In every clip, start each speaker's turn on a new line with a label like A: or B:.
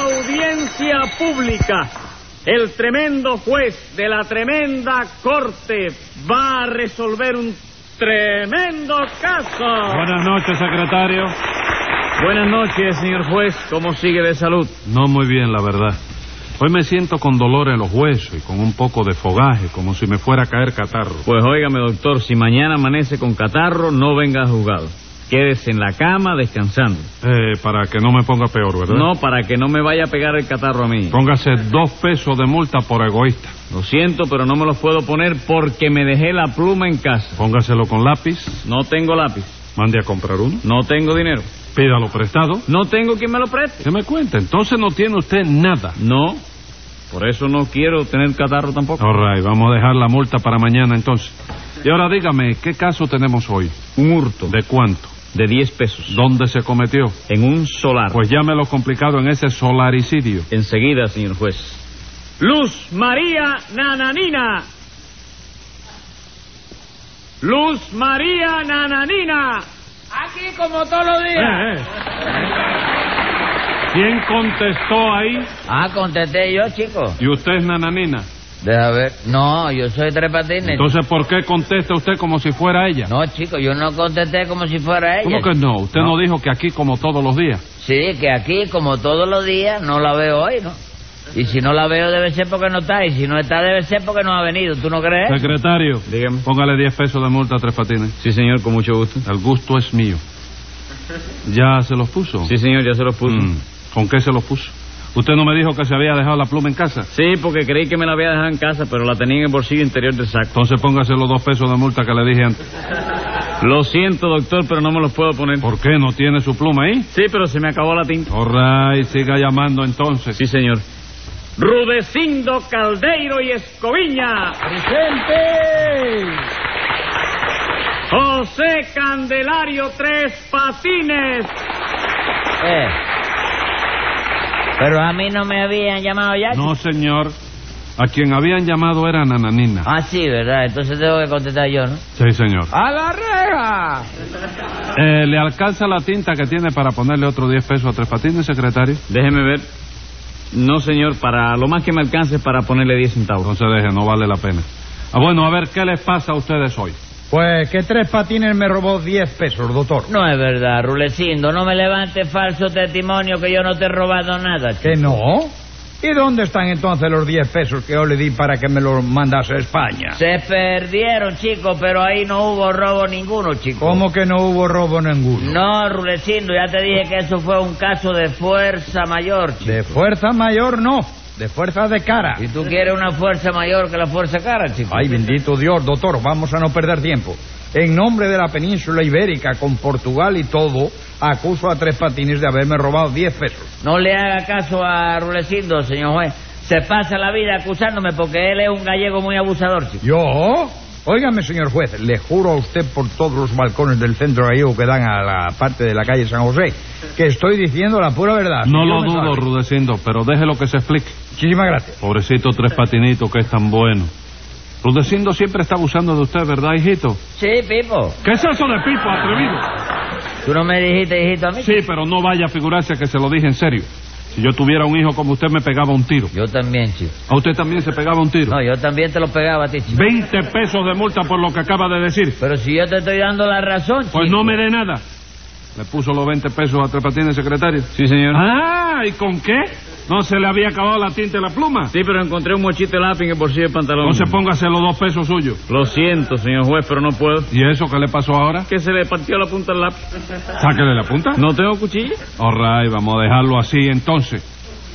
A: audiencia pública, el tremendo juez de la tremenda corte va a resolver un tremendo caso.
B: Buenas noches, secretario.
A: Buenas noches, señor juez. ¿Cómo sigue de salud?
B: No muy bien, la verdad. Hoy me siento con dolor en los huesos y con un poco de fogaje, como si me fuera a caer catarro.
A: Pues óigame, doctor, si mañana amanece con catarro, no venga a juzgado. Quédese en la cama descansando.
B: Eh, para que no me ponga peor, ¿verdad?
A: No, para que no me vaya a pegar el catarro a mí.
B: Póngase dos pesos de multa por egoísta.
A: Lo siento, pero no me los puedo poner porque me dejé la pluma en casa.
B: Póngaselo con lápiz.
A: No tengo lápiz.
B: Mande a comprar uno.
A: No tengo dinero.
B: Pídalo prestado.
A: No tengo quien me lo preste.
B: ¿Qué me cuenta? Entonces no tiene usted nada.
A: No. Por eso no quiero tener catarro tampoco.
B: All right, vamos a dejar la multa para mañana entonces. Y ahora dígame, ¿qué caso tenemos hoy?
A: Un hurto
B: ¿De cuánto?
A: de 10 pesos
B: ¿Dónde se cometió?
A: en un solar.
B: Pues llámelo complicado en ese solaricidio.
A: Enseguida, señor juez. Luz María Nananina. Luz María Nananina.
C: Aquí como todos los días.
B: Eh, eh. ¿Quién contestó ahí?
C: Ah, contesté yo, chico.
B: ¿Y usted es nananina?
C: Deja ver. No, yo soy Tres Patines.
B: Entonces, ¿por qué contesta usted como si fuera ella?
C: No, chico, yo no contesté como si fuera ella.
B: ¿Cómo que no? Usted no. dijo que aquí como todos los días.
C: Sí, que aquí como todos los días no la veo hoy, ¿no? Y si no la veo debe ser porque no está, y si no está debe ser porque no ha venido, ¿tú no
B: ¿Eh?
C: crees?
B: Secretario,
A: Dígame.
B: póngale 10 pesos de multa a Tres Patines.
A: Sí, señor, con mucho gusto.
B: El gusto es mío. ¿Ya se los puso?
A: Sí, señor, ya se los puso.
B: Mm, ¿Con qué se los puso? Usted no me dijo que se había dejado la pluma en casa.
A: Sí, porque creí que me la había dejado en casa, pero la tenía en el bolsillo interior del saco.
B: Entonces póngase los dos pesos de multa que le dije antes.
A: Lo siento, doctor, pero no me los puedo poner.
B: ¿Por qué no tiene su pluma ahí?
A: Sí, pero se me acabó la tinta.
B: All right, siga llamando entonces.
A: Sí, señor. Rudecindo Caldeiro y Escoviña.
D: ¡Presente!
A: José Candelario Tres Patines.
C: Eh. Pero a mí no me habían llamado ya.
B: No,
C: chico.
B: señor. A quien habían llamado era Nananina.
C: Ah, sí, ¿verdad? Entonces tengo que contestar yo, ¿no?
B: Sí, señor.
A: Ah.
D: ¡A la reja!
B: Eh, ¿Le alcanza la tinta que tiene para ponerle otro 10 pesos a Tres Patines, secretario?
A: Déjeme ver. No, señor, para lo más que me alcance es para ponerle 10 centavos.
B: Entonces deje, no vale la pena. Ah, bueno, a ver, ¿qué les pasa a ustedes hoy?
D: Pues que tres patines me robó 10 pesos, doctor.
C: No es verdad, Rulecindo, no me levantes falso testimonio que yo no te he robado nada. chico.
D: ¿Que no? ¿Y dónde están entonces los 10 pesos que yo le di para que me los mandase a España?
C: Se perdieron, chicos, pero ahí no hubo robo ninguno, chico.
D: ¿Cómo que no hubo robo ninguno?
C: No, Rulecindo, ya te dije que eso fue un caso de fuerza mayor, chico.
D: De fuerza mayor no, de fuerza de cara.
C: Si tú quieres una fuerza mayor que la fuerza cara, chico.
D: Ay, bendito Dios, doctor, vamos a no perder tiempo. En nombre de la península ibérica, con Portugal y todo, acuso a Tres Patines de haberme robado 10 pesos.
C: No le haga caso a Rulecindo, señor juez. Se pasa la vida acusándome porque él es un gallego muy abusador, chico.
D: ¿Yo? Óigame, señor juez, le juro a usted por todos los balcones del centro gallego que dan a la parte de la calle San José que estoy diciendo la pura
B: No
D: verdad. Si yo
B: lo
D: me
B: dudo,
D: salgo-
B: Rudecindo, pero déjelo que se explique.
D: Muchísimas gracias.
B: Pobrecito Tres Patinitos, que es tan bueno. Rudecindo siempre está abusando de usted, ¿verdad, hijito?
C: Sí, Pipo.
B: ¿Qué es eso de pipo, atrevido?
C: Tú no me dijiste, hijito, a mí.
B: Sí, pero no vaya a figurarse que se lo dije en serio. Si yo tuviera un hijo como usted, me pegaba un tiro.
C: Yo también, chico.
B: ¿A usted también se pegaba un tiro?
C: No, yo también te lo pegaba a ti, chico.
B: 20 pesos de multa por lo que acaba de decir.
C: Pero si yo te estoy dando la razón, chico.
B: Pues no me dé nada. Le puso los 20 pesos a Tres Patines, secretario.
A: Sí, señor.
B: Ah, ¿y con qué? ¿No se le había acabado la tinta y la pluma?
A: Sí, pero encontré un mochito de lápiz en el bolsillo del pantalón.
B: No se póngase los dos pesos suyos.
A: Lo siento, señor juez, pero no puedo.
B: ¿Y eso qué le pasó ahora?
A: Que se le partió la punta del lápiz.
B: Sáquele la punta.
A: ¿No tengo cuchilla?
B: All right, vamos a dejarlo así entonces.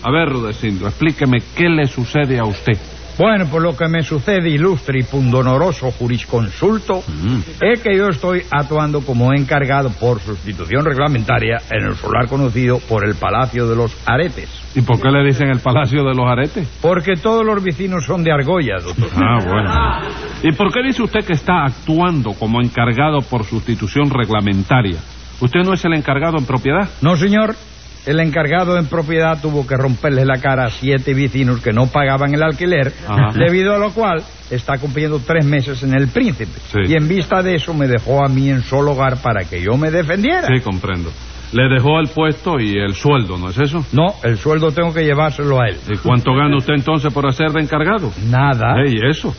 B: A ver, Rudecindo, explíqueme qué le sucede a usted.
D: Bueno, pues lo que me sucede, ilustre y pundonoroso jurisconsulto,
A: Mm.
D: es que yo estoy actuando como encargado por sustitución reglamentaria en el solar conocido por el Palacio de los Aretes.
B: ¿Y por qué le dicen el Palacio de los Aretes?
D: Porque todos los vecinos son de argolla, doctor.
B: Ah, bueno. ¿Y por qué dice usted que está actuando como encargado por sustitución reglamentaria? ¿Usted no es el encargado en propiedad?
D: No, señor. El encargado en propiedad tuvo que romperle la cara a siete vecinos que no pagaban el alquiler,
B: Ajá.
D: debido a lo cual está cumpliendo tres meses en el Príncipe.
B: Sí.
D: Y en vista de eso me dejó a mí en solo hogar para que yo me defendiera.
B: Sí, comprendo. Le dejó el puesto y el sueldo, ¿no es eso?
D: No, el sueldo tengo que llevárselo a él.
B: ¿Y cuánto gana usted entonces por hacer de encargado?
D: Nada.
B: Ey, eso.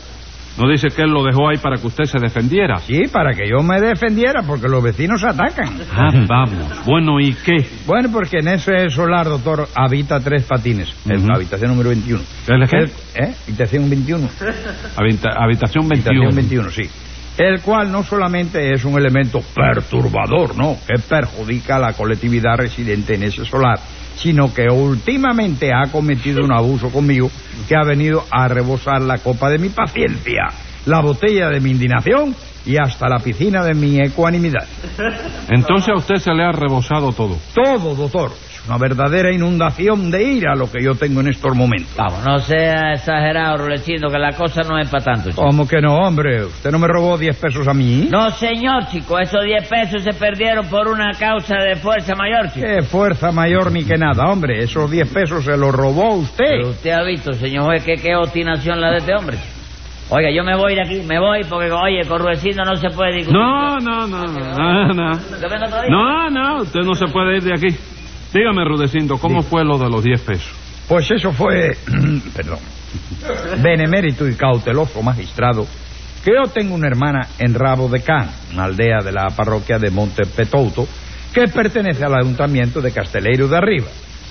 B: No dice que él lo dejó ahí para que usted se defendiera.
D: Sí, para que yo me defendiera, porque los vecinos atacan.
B: Ah, vamos. Bueno, ¿y qué?
D: Bueno, porque en ese solar, doctor, habita tres patines. En
B: Ujú.
D: la habitación número 21.
B: ¿El qué?
D: ¿Eh? Habitación 21.
B: Habita- habitación 21.
D: Habitación 21, sí. El cual no solamente es un elemento perturbador, ¿no? Que perjudica a la colectividad residente en ese solar, sino que últimamente ha cometido un abuso conmigo que ha venido a rebosar la copa de mi paciencia, la botella de mi indignación y hasta la piscina de mi ecuanimidad.
B: Entonces a usted se le ha rebosado todo.
D: Todo, doctor. Es una verdadera inundación de ira lo que yo tengo en estos momentos.
C: Vamos, no sea exagerado, Rulecindo, que la cosa no es para tanto, chico.
D: ¿Cómo que no, hombre? ¿Usted no me robó 10 pesos a mí?
C: No, señor, chico, esos 10 pesos se perdieron por una causa de fuerza mayor, chico.
D: Qué fuerza mayor ni que nada, hombre. Esos 10 pesos se los robó usted.
C: Pero usted ha visto, señor juez, que qué obstinación la de este hombre, chico. Oiga, yo me voy de aquí, me voy porque, oye, con Rulecindo no se puede discutir.
B: No, no, no, no, no, no.
C: Yo vengo otro día.
B: No, no, usted no se puede ir de aquí. Dígame, Rudecindo, ¿cómo fue lo de los 10 pesos?
D: Pues eso fue, perdón, benemérito y cauteloso magistrado, que yo tengo una hermana en Rabo de Can, una aldea de la parroquia de Monte Petouto, que pertenece al ayuntamiento de Casteleiro de Arriba.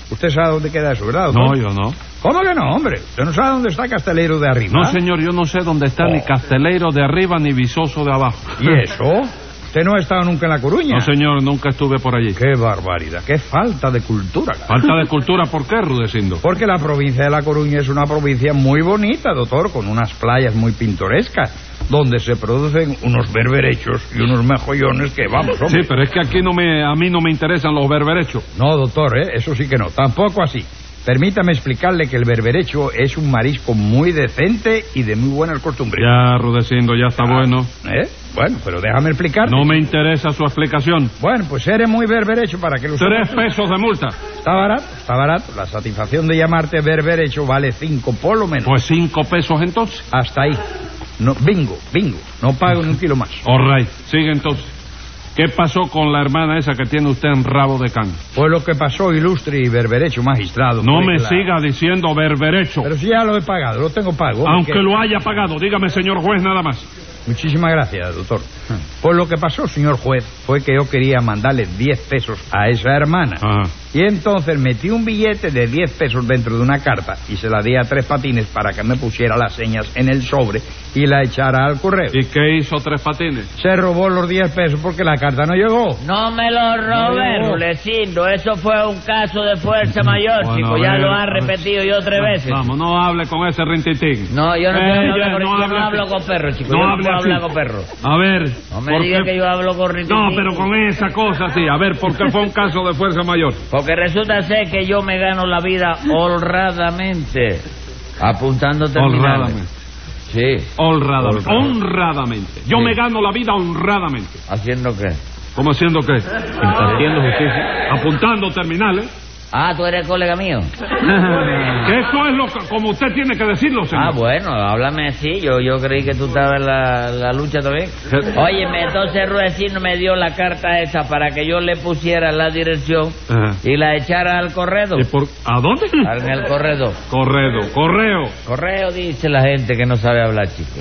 D: Usted sabe dónde queda eso, ¿verdad? doctor?
B: No, yo no.
D: ¿Cómo que no, hombre? ¿Usted no sabe dónde está Casteleiro de Arriba?
B: No, señor, yo no sé dónde está
D: Oh.
B: ni Casteleiro de arriba ni Visoso de abajo.
D: ¿Y eso? ¿Usted no ha estado nunca en La Coruña?
B: No, señor, nunca estuve por allí.
D: Qué barbaridad, qué falta de cultura. cara.
B: Falta de cultura, ¿por qué, Rudecindo?
D: Porque la provincia de La Coruña es una provincia muy bonita, doctor, con unas playas muy pintorescas, donde se producen unos berberechos y unos mejollones que vamos,
B: Sí,
D: hombre.
B: pero es que aquí no me, a mí no me interesan los berberechos.
D: No, doctor, ¿eh? eso sí que no, tampoco así. Permítame explicarle que el berberecho es un marisco muy decente y de muy buenas costumbres.
B: Ya, Rudecindo, ya está bueno.
D: ¿Eh? Bueno, pero déjame explicarte.
B: No me interesa su explicación.
D: Bueno, pues eres muy berberecho para que lo
B: Tres pesos de multa.
D: Está barato, está barato. La satisfacción de llamarte berberecho vale cinco por lo menos.
B: Pues cinco pesos entonces.
D: Hasta ahí. No, bingo, bingo. No pago ni un kilo más.
B: All right, sigue entonces. ¿Qué pasó con la hermana esa que tiene usted en rabo de can?
D: Pues lo que pasó, ilustre y berberecho magistrado.
B: No
D: fue
B: me
D: que la-
B: siga diciendo berberecho,
D: Pero si ya lo he pagado, lo tengo pago.
B: aunque
D: porque-
B: lo haya pagado. Dígame, señor juez, nada más.
D: Muchísimas gracias, doctor. Pues lo que pasó, señor juez, fue que yo quería mandarle 10 pesos a esa hermana.
B: Ajá.
D: Y entonces metí un billete de 10 pesos dentro de una carta y se la di a tres patines para que me pusiera las señas en el sobre y la echara al correo.
B: ¿Y qué hizo Tres Patines?
D: Se robó los 10 pesos porque la carta no llegó.
C: No me lo robé,
D: No.
C: Rulecindo. Eso fue un caso de fuerza mayor,
B: Bueno,
C: chico.
B: a
C: Ya
B: ver,
C: lo
B: a
C: ha
B: ver.
C: repetido yo tres veces.
B: Ah, Vamos, Eh, no hable con ese rintitín.
C: No, yo no,
B: Ella
C: puedo hablar con- yo no
B: así.
C: hablo con perros, chico.
B: No
C: yo no
B: hable
C: puedo
B: así.
C: hablar con perros.
B: A ver.
C: No
B: ¿por
C: me digas
B: qué-
C: que yo hablo
B: No,
C: con rintintín.
B: pero con esa cosa sí. A ver, porque fue un caso de fuerza mayor.
C: Porque resulta ser que yo me gano la vida honradamente. Apuntando terminales.
B: Honradamente.
C: Sí.
B: Honradamente.
C: Honradamente.
B: Honradamente. Yo
C: Sí.
B: me gano la vida honradamente.
C: ¿Haciendo qué?
B: ¿Cómo haciendo qué?
E: Impartiendo justicia.
B: Apuntando terminales.
C: Ah, tú eres colega mío.
B: Eso es lo que, como usted tiene que decirlo, señor.
C: Ah, bueno, háblame así. Yo yo creí que tú estabas en la, la lucha también.
B: ¿Qué?
C: Óyeme, entonces Ruecino me dio la carta esa para que yo le pusiera la dirección
B: Ajá.
C: y la echara al corredor.
B: ¿Y por, ¿A dónde?
C: En el corredor.
B: Correo, correo.
C: Correo dice la gente que no sabe hablar, chico.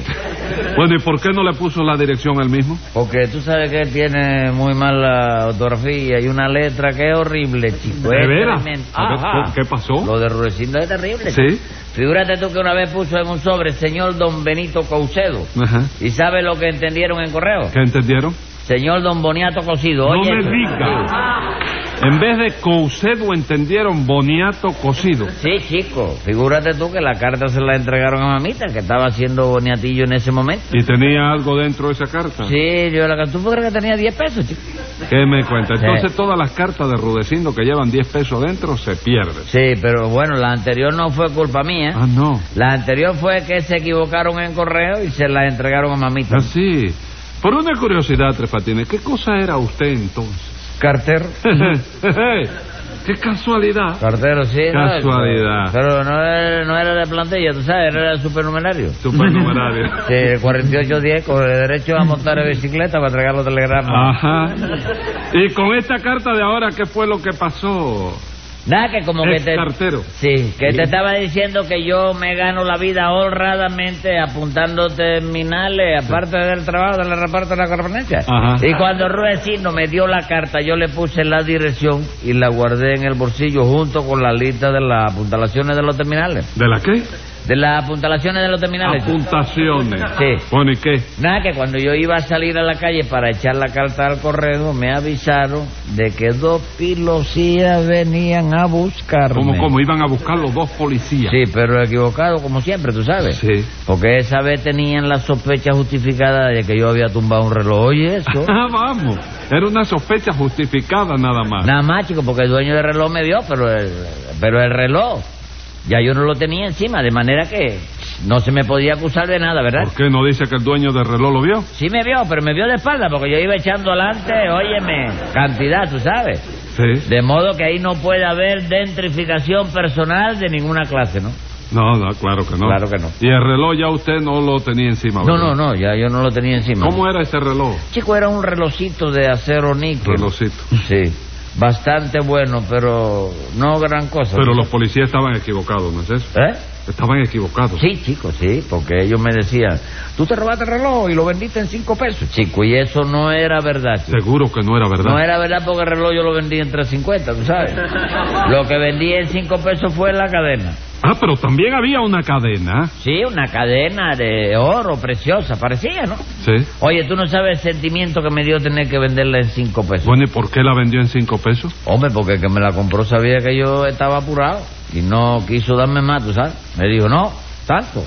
B: Bueno, ¿y por qué no le puso la dirección él mismo?
C: Porque tú sabes que él tiene muy mala ortografía y una letra que es horrible, chico.
B: ¿De
C: es
B: veras? Ah,
C: tremendo.
B: A ver,
C: Ajá.
B: ¿qué- qué pasó?
C: Lo de Rudecindo es terrible.
B: Sí.
C: chico. Figúrate tú que una vez puso en un sobre señor don Benito Caucedo.
B: Ajá.
C: ¿Y sabes lo que entendieron en correo?
B: ¿Qué entendieron?
C: Señor don Boniato Cocido.
B: no
C: Oye,
B: me diga. Ah. En vez de Coucedo entendieron boniato cocido.
C: Sí, chico. Figúrate tú que la carta se la entregaron a mamita, que estaba haciendo boniatillo en ese momento.
B: ¿Y tenía algo dentro de esa carta?
C: Sí, yo la ¿Tú crees que tenía 10 pesos, chico?
B: ¿Qué me cuenta? Entonces
C: Sí.
B: todas las cartas de Rudecindo que llevan 10 pesos dentro se pierden.
C: Sí, pero bueno, la anterior no fue culpa mía.
B: Ah, no.
C: La anterior fue que se equivocaron en correo y se la entregaron a mamita.
B: Ah, sí. Por una curiosidad, Tres Patines, ¿qué cosa era usted entonces?
D: Carter.
B: Jeje, jeje. Qué casualidad.
C: Cartero, sí. no,
B: Casualidad.
C: pero no era, no era de plantilla, tú sabes, era de supernumerario.
B: Supernumerario.
C: Sí, el 4810, con el derecho a montar en bicicleta para entregar los telegramas.
B: Ajá. Y con esta carta de ahora, ¿qué fue lo que pasó?
C: Nada, que como que
B: Ex
C: te...
B: cartero.
C: Sí, que te estaba diciendo que yo me gano la vida honradamente apuntando terminales, aparte del trabajo, del reparto de la correspondencia.
B: Ajá.
C: Y cuando Ruecino me dio la carta, yo le puse la dirección y la guardé en el bolsillo junto con la lista de las apuntalaciones de los terminales.
B: ¿De la qué?
C: De las apuntalaciones de los terminales.
B: Apuntaciones.
C: Sí.
B: Bueno, ¿y qué?
C: Nada, que cuando yo iba a salir a la calle para echar la carta al correo, me avisaron de que dos pilosías venían a buscarme.
B: ¿Cómo, cómo? Iban a buscar los dos policías.
C: Sí, pero equivocado como siempre, tú sabes.
B: Sí.
C: Porque esa vez tenían la sospecha justificada de que yo había tumbado un reloj. Oye, eso.
B: Ah, vamos. Era una sospecha justificada nada más.
C: Nada más, chico, porque el dueño del reloj me vio, pero el, pero el reloj ya yo no lo tenía encima, de manera que no se me podía acusar de nada, ¿verdad?
B: ¿Por qué no dice que el dueño del reloj lo vio?
C: Sí me vio, pero me vio de espalda porque yo iba echando adelante, óyeme, cantidad, tú sabes.
B: Sí.
C: De modo que ahí no puede haber dentrificación personal de ninguna clase, ¿no?
B: No, no, claro que no.
C: Claro que no.
B: Y el reloj ya usted no lo tenía encima,
C: No,
B: ¿verdad?
C: no, no, ya yo no lo tenía encima.
B: Ah, ¿Cómo era ese reloj?
C: Chico, era un relojito de acero níquel.
B: Relojito.
C: Sí, bastante bueno, pero no gran cosa.
B: Pero los policías estaban equivocados, ¿no es eso?
C: ¿Eh?
B: Estaban equivocados.
C: Sí, chico, sí, porque ellos me decían, tú te robaste el reloj y lo vendiste en cinco pesos, chico, y eso no era verdad. chico.
B: Seguro que no era verdad.
C: No era verdad porque el reloj yo lo vendí en 3.50, tú sabes. Lo que vendí en cinco pesos fue la cadena.
B: Ah, pero también había una cadena.
C: Sí, una cadena de oro preciosa, parecía, ¿no?
B: Sí.
C: Oye, tú no sabes el sentimiento que me dio tener que venderla en cinco pesos.
B: Bueno, ¿y por qué la vendió en cinco pesos?
C: Hombre, porque el que me la compró sabía que yo estaba apurado y no quiso darme más, ¿tú sabes? Me dijo, no, tanto.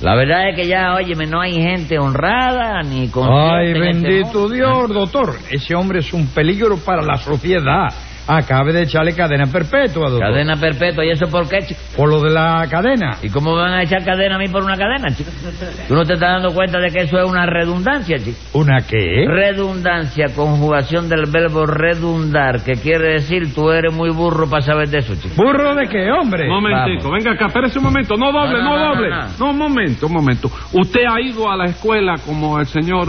C: La verdad es que ya, óyeme, no hay gente honrada ni este con...
D: Ay, bendito Dios, doctor. Ese hombre es un peligro para la sociedad. Acabe de echarle cadena perpetua, doctor.
C: Cadena perpetua, ¿y eso por qué, chico?
D: Por lo de la cadena.
C: ¿Y cómo me van a echar cadena a mí por una cadena, chico? ¿Tú no te estás dando cuenta de que eso es una redundancia, chico?
D: ¿Una qué?
C: Redundancia, conjugación del verbo redundar, que quiere decir tú eres muy burro para saber de eso, chico.
D: ¿Burro de qué, hombre?
B: Momentico, venga acá, espérese un momento, no doble, no,
C: No, no, no,
B: doble.
C: no, no.
B: No, un momento, un momento. ¿Usted ha ido a la escuela como el señor?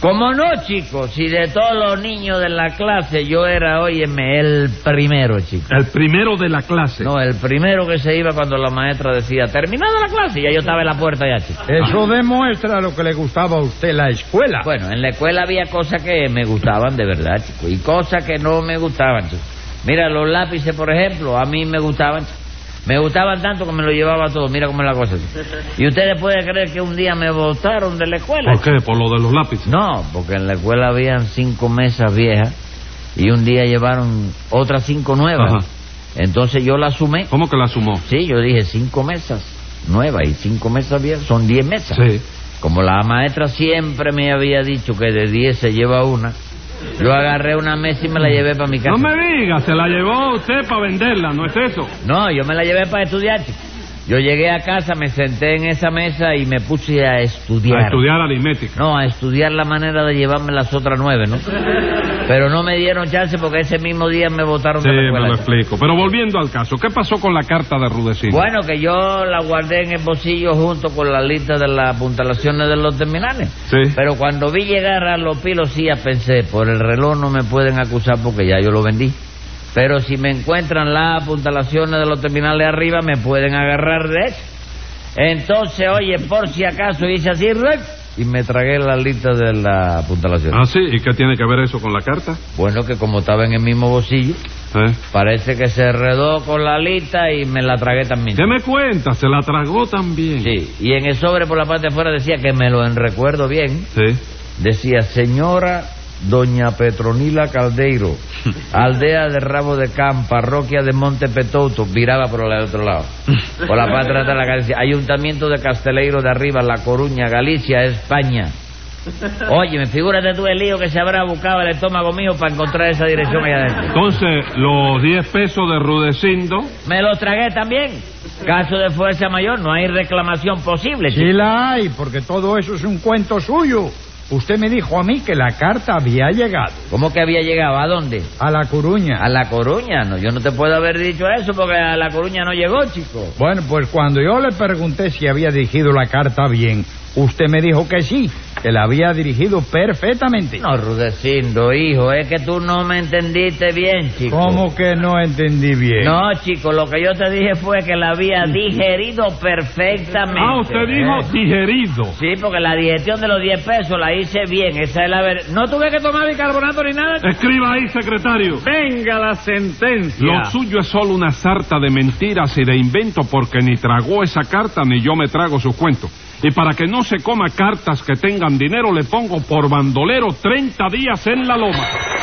C: ¿Cómo no, chico? Si de todos los niños de la clase yo era, óyeme, el primero, chico.
B: El primero de la clase.
C: No, el primero que se iba cuando la maestra decía, terminada la clase, ya yo estaba en la puerta ya, chico.
D: Eso demuestra lo que le gustaba a usted la escuela.
C: Bueno, en la escuela había cosas que me gustaban de verdad, chico, y cosas que no me gustaban, chico. Mira, los lápices, por ejemplo, a mí me gustaban, chico. Me gustaban tanto que me lo llevaba todo, mira cómo es la cosa. chico. Y ustedes pueden creer que un día me botaron de la escuela.
B: ¿Por qué? Por lo de los lápices.
C: No, porque en la escuela habían cinco mesas viejas y un día llevaron otras cinco nuevas.
B: Ajá.
C: Entonces yo la sumé.
B: ¿Cómo que la sumó?
C: Sí, yo dije cinco mesas nuevas y cinco mesas viejas, son diez mesas.
B: Sí.
C: Como la maestra siempre me había dicho que de diez se lleva una, yo agarré una mesa y me la llevé para mi casa.
B: No me diga, se la llevó usted para venderla, ¿no es eso?
C: No, yo me la llevé para estudiar. chico. Yo llegué a casa, me senté en esa mesa y me puse a estudiar.
B: A estudiar aritmética.
C: No, a estudiar la manera de llevarme las otras nueve, ¿no? Pero no me dieron chance porque ese mismo día me votaron
B: Sí,
C: de la
B: me
C: escuela.
B: lo explico. Pero volviendo al caso, ¿qué pasó con la carta de Rudecino?
C: Bueno, que yo la guardé en el bolsillo junto con la lista de las apuntalaciones de los terminales.
B: Sí.
C: Pero cuando vi llegar a los pilosías pensé, por el reloj no me pueden acusar porque ya yo lo vendí. Pero si me encuentran las apuntalaciones de los terminales arriba, me pueden agarrar de eso. Entonces, oye, por si acaso hice así, ¡ruc! y me tragué la lista de las apuntalaciones.
B: Ah, sí, ¿y qué tiene que ver eso con la carta?
C: Bueno, que como estaba en el mismo bolsillo,
B: ¿Eh?
C: parece que se redó con la lista y me la tragué también.
B: ¿Qué me cuenta? Se la tragó también.
C: Sí, y en el sobre por la parte de afuera decía que me lo en- recuerdo bien.
B: Sí.
C: Decía, señora doña Petronila Caldeiro, aldea de Rabo de Can, parroquia de Monte Petouto, viraba por el otro lado. Por la parte de atrás de la Galicia. Ayuntamiento de Casteleiro de arriba, La Coruña, Galicia, España. Oye, figúrate tú el lío que se habrá buscado el estómago mío para encontrar esa dirección allá adentro.
B: Entonces, los 10 pesos de Rudecindo,
C: Me lo tragué también. Caso de fuerza mayor, no hay reclamación posible.
D: Sí
C: chico.
D: la hay, porque todo eso es un cuento suyo. usted me dijo a mí que la carta había llegado
C: ¿Cómo que había llegado? ¿A dónde?
D: a La Coruña.
C: A La Coruña. No, yo no te puedo haber dicho eso porque a La Coruña no llegó, chico.
D: Bueno, pues cuando yo le pregunté si había dirigido la carta bien, usted me dijo que sí, que la había dirigido perfectamente.
C: No, Rudecindo, hijo, es que tú no me entendiste bien, chico.
D: ¿Cómo que no entendí bien?
C: No, chico, lo que yo te dije fue que la había digerido perfectamente.
B: Ah, usted dijo
C: ¿eh?
B: digerido.
C: Sí, porque la digestión de los 10 pesos la hice bien, esa es la verdad. No tuve que tomar bicarbonato ni nada. chico.
B: Escriba ahí, secretario.
A: Venga la sentencia.
B: Lo suyo es solo una sarta de mentiras y de invento porque ni tragó esa carta ni yo me trago su cuento. Y para que no se coma cartas que tengan dinero, le pongo por bandolero 30 días en la loma.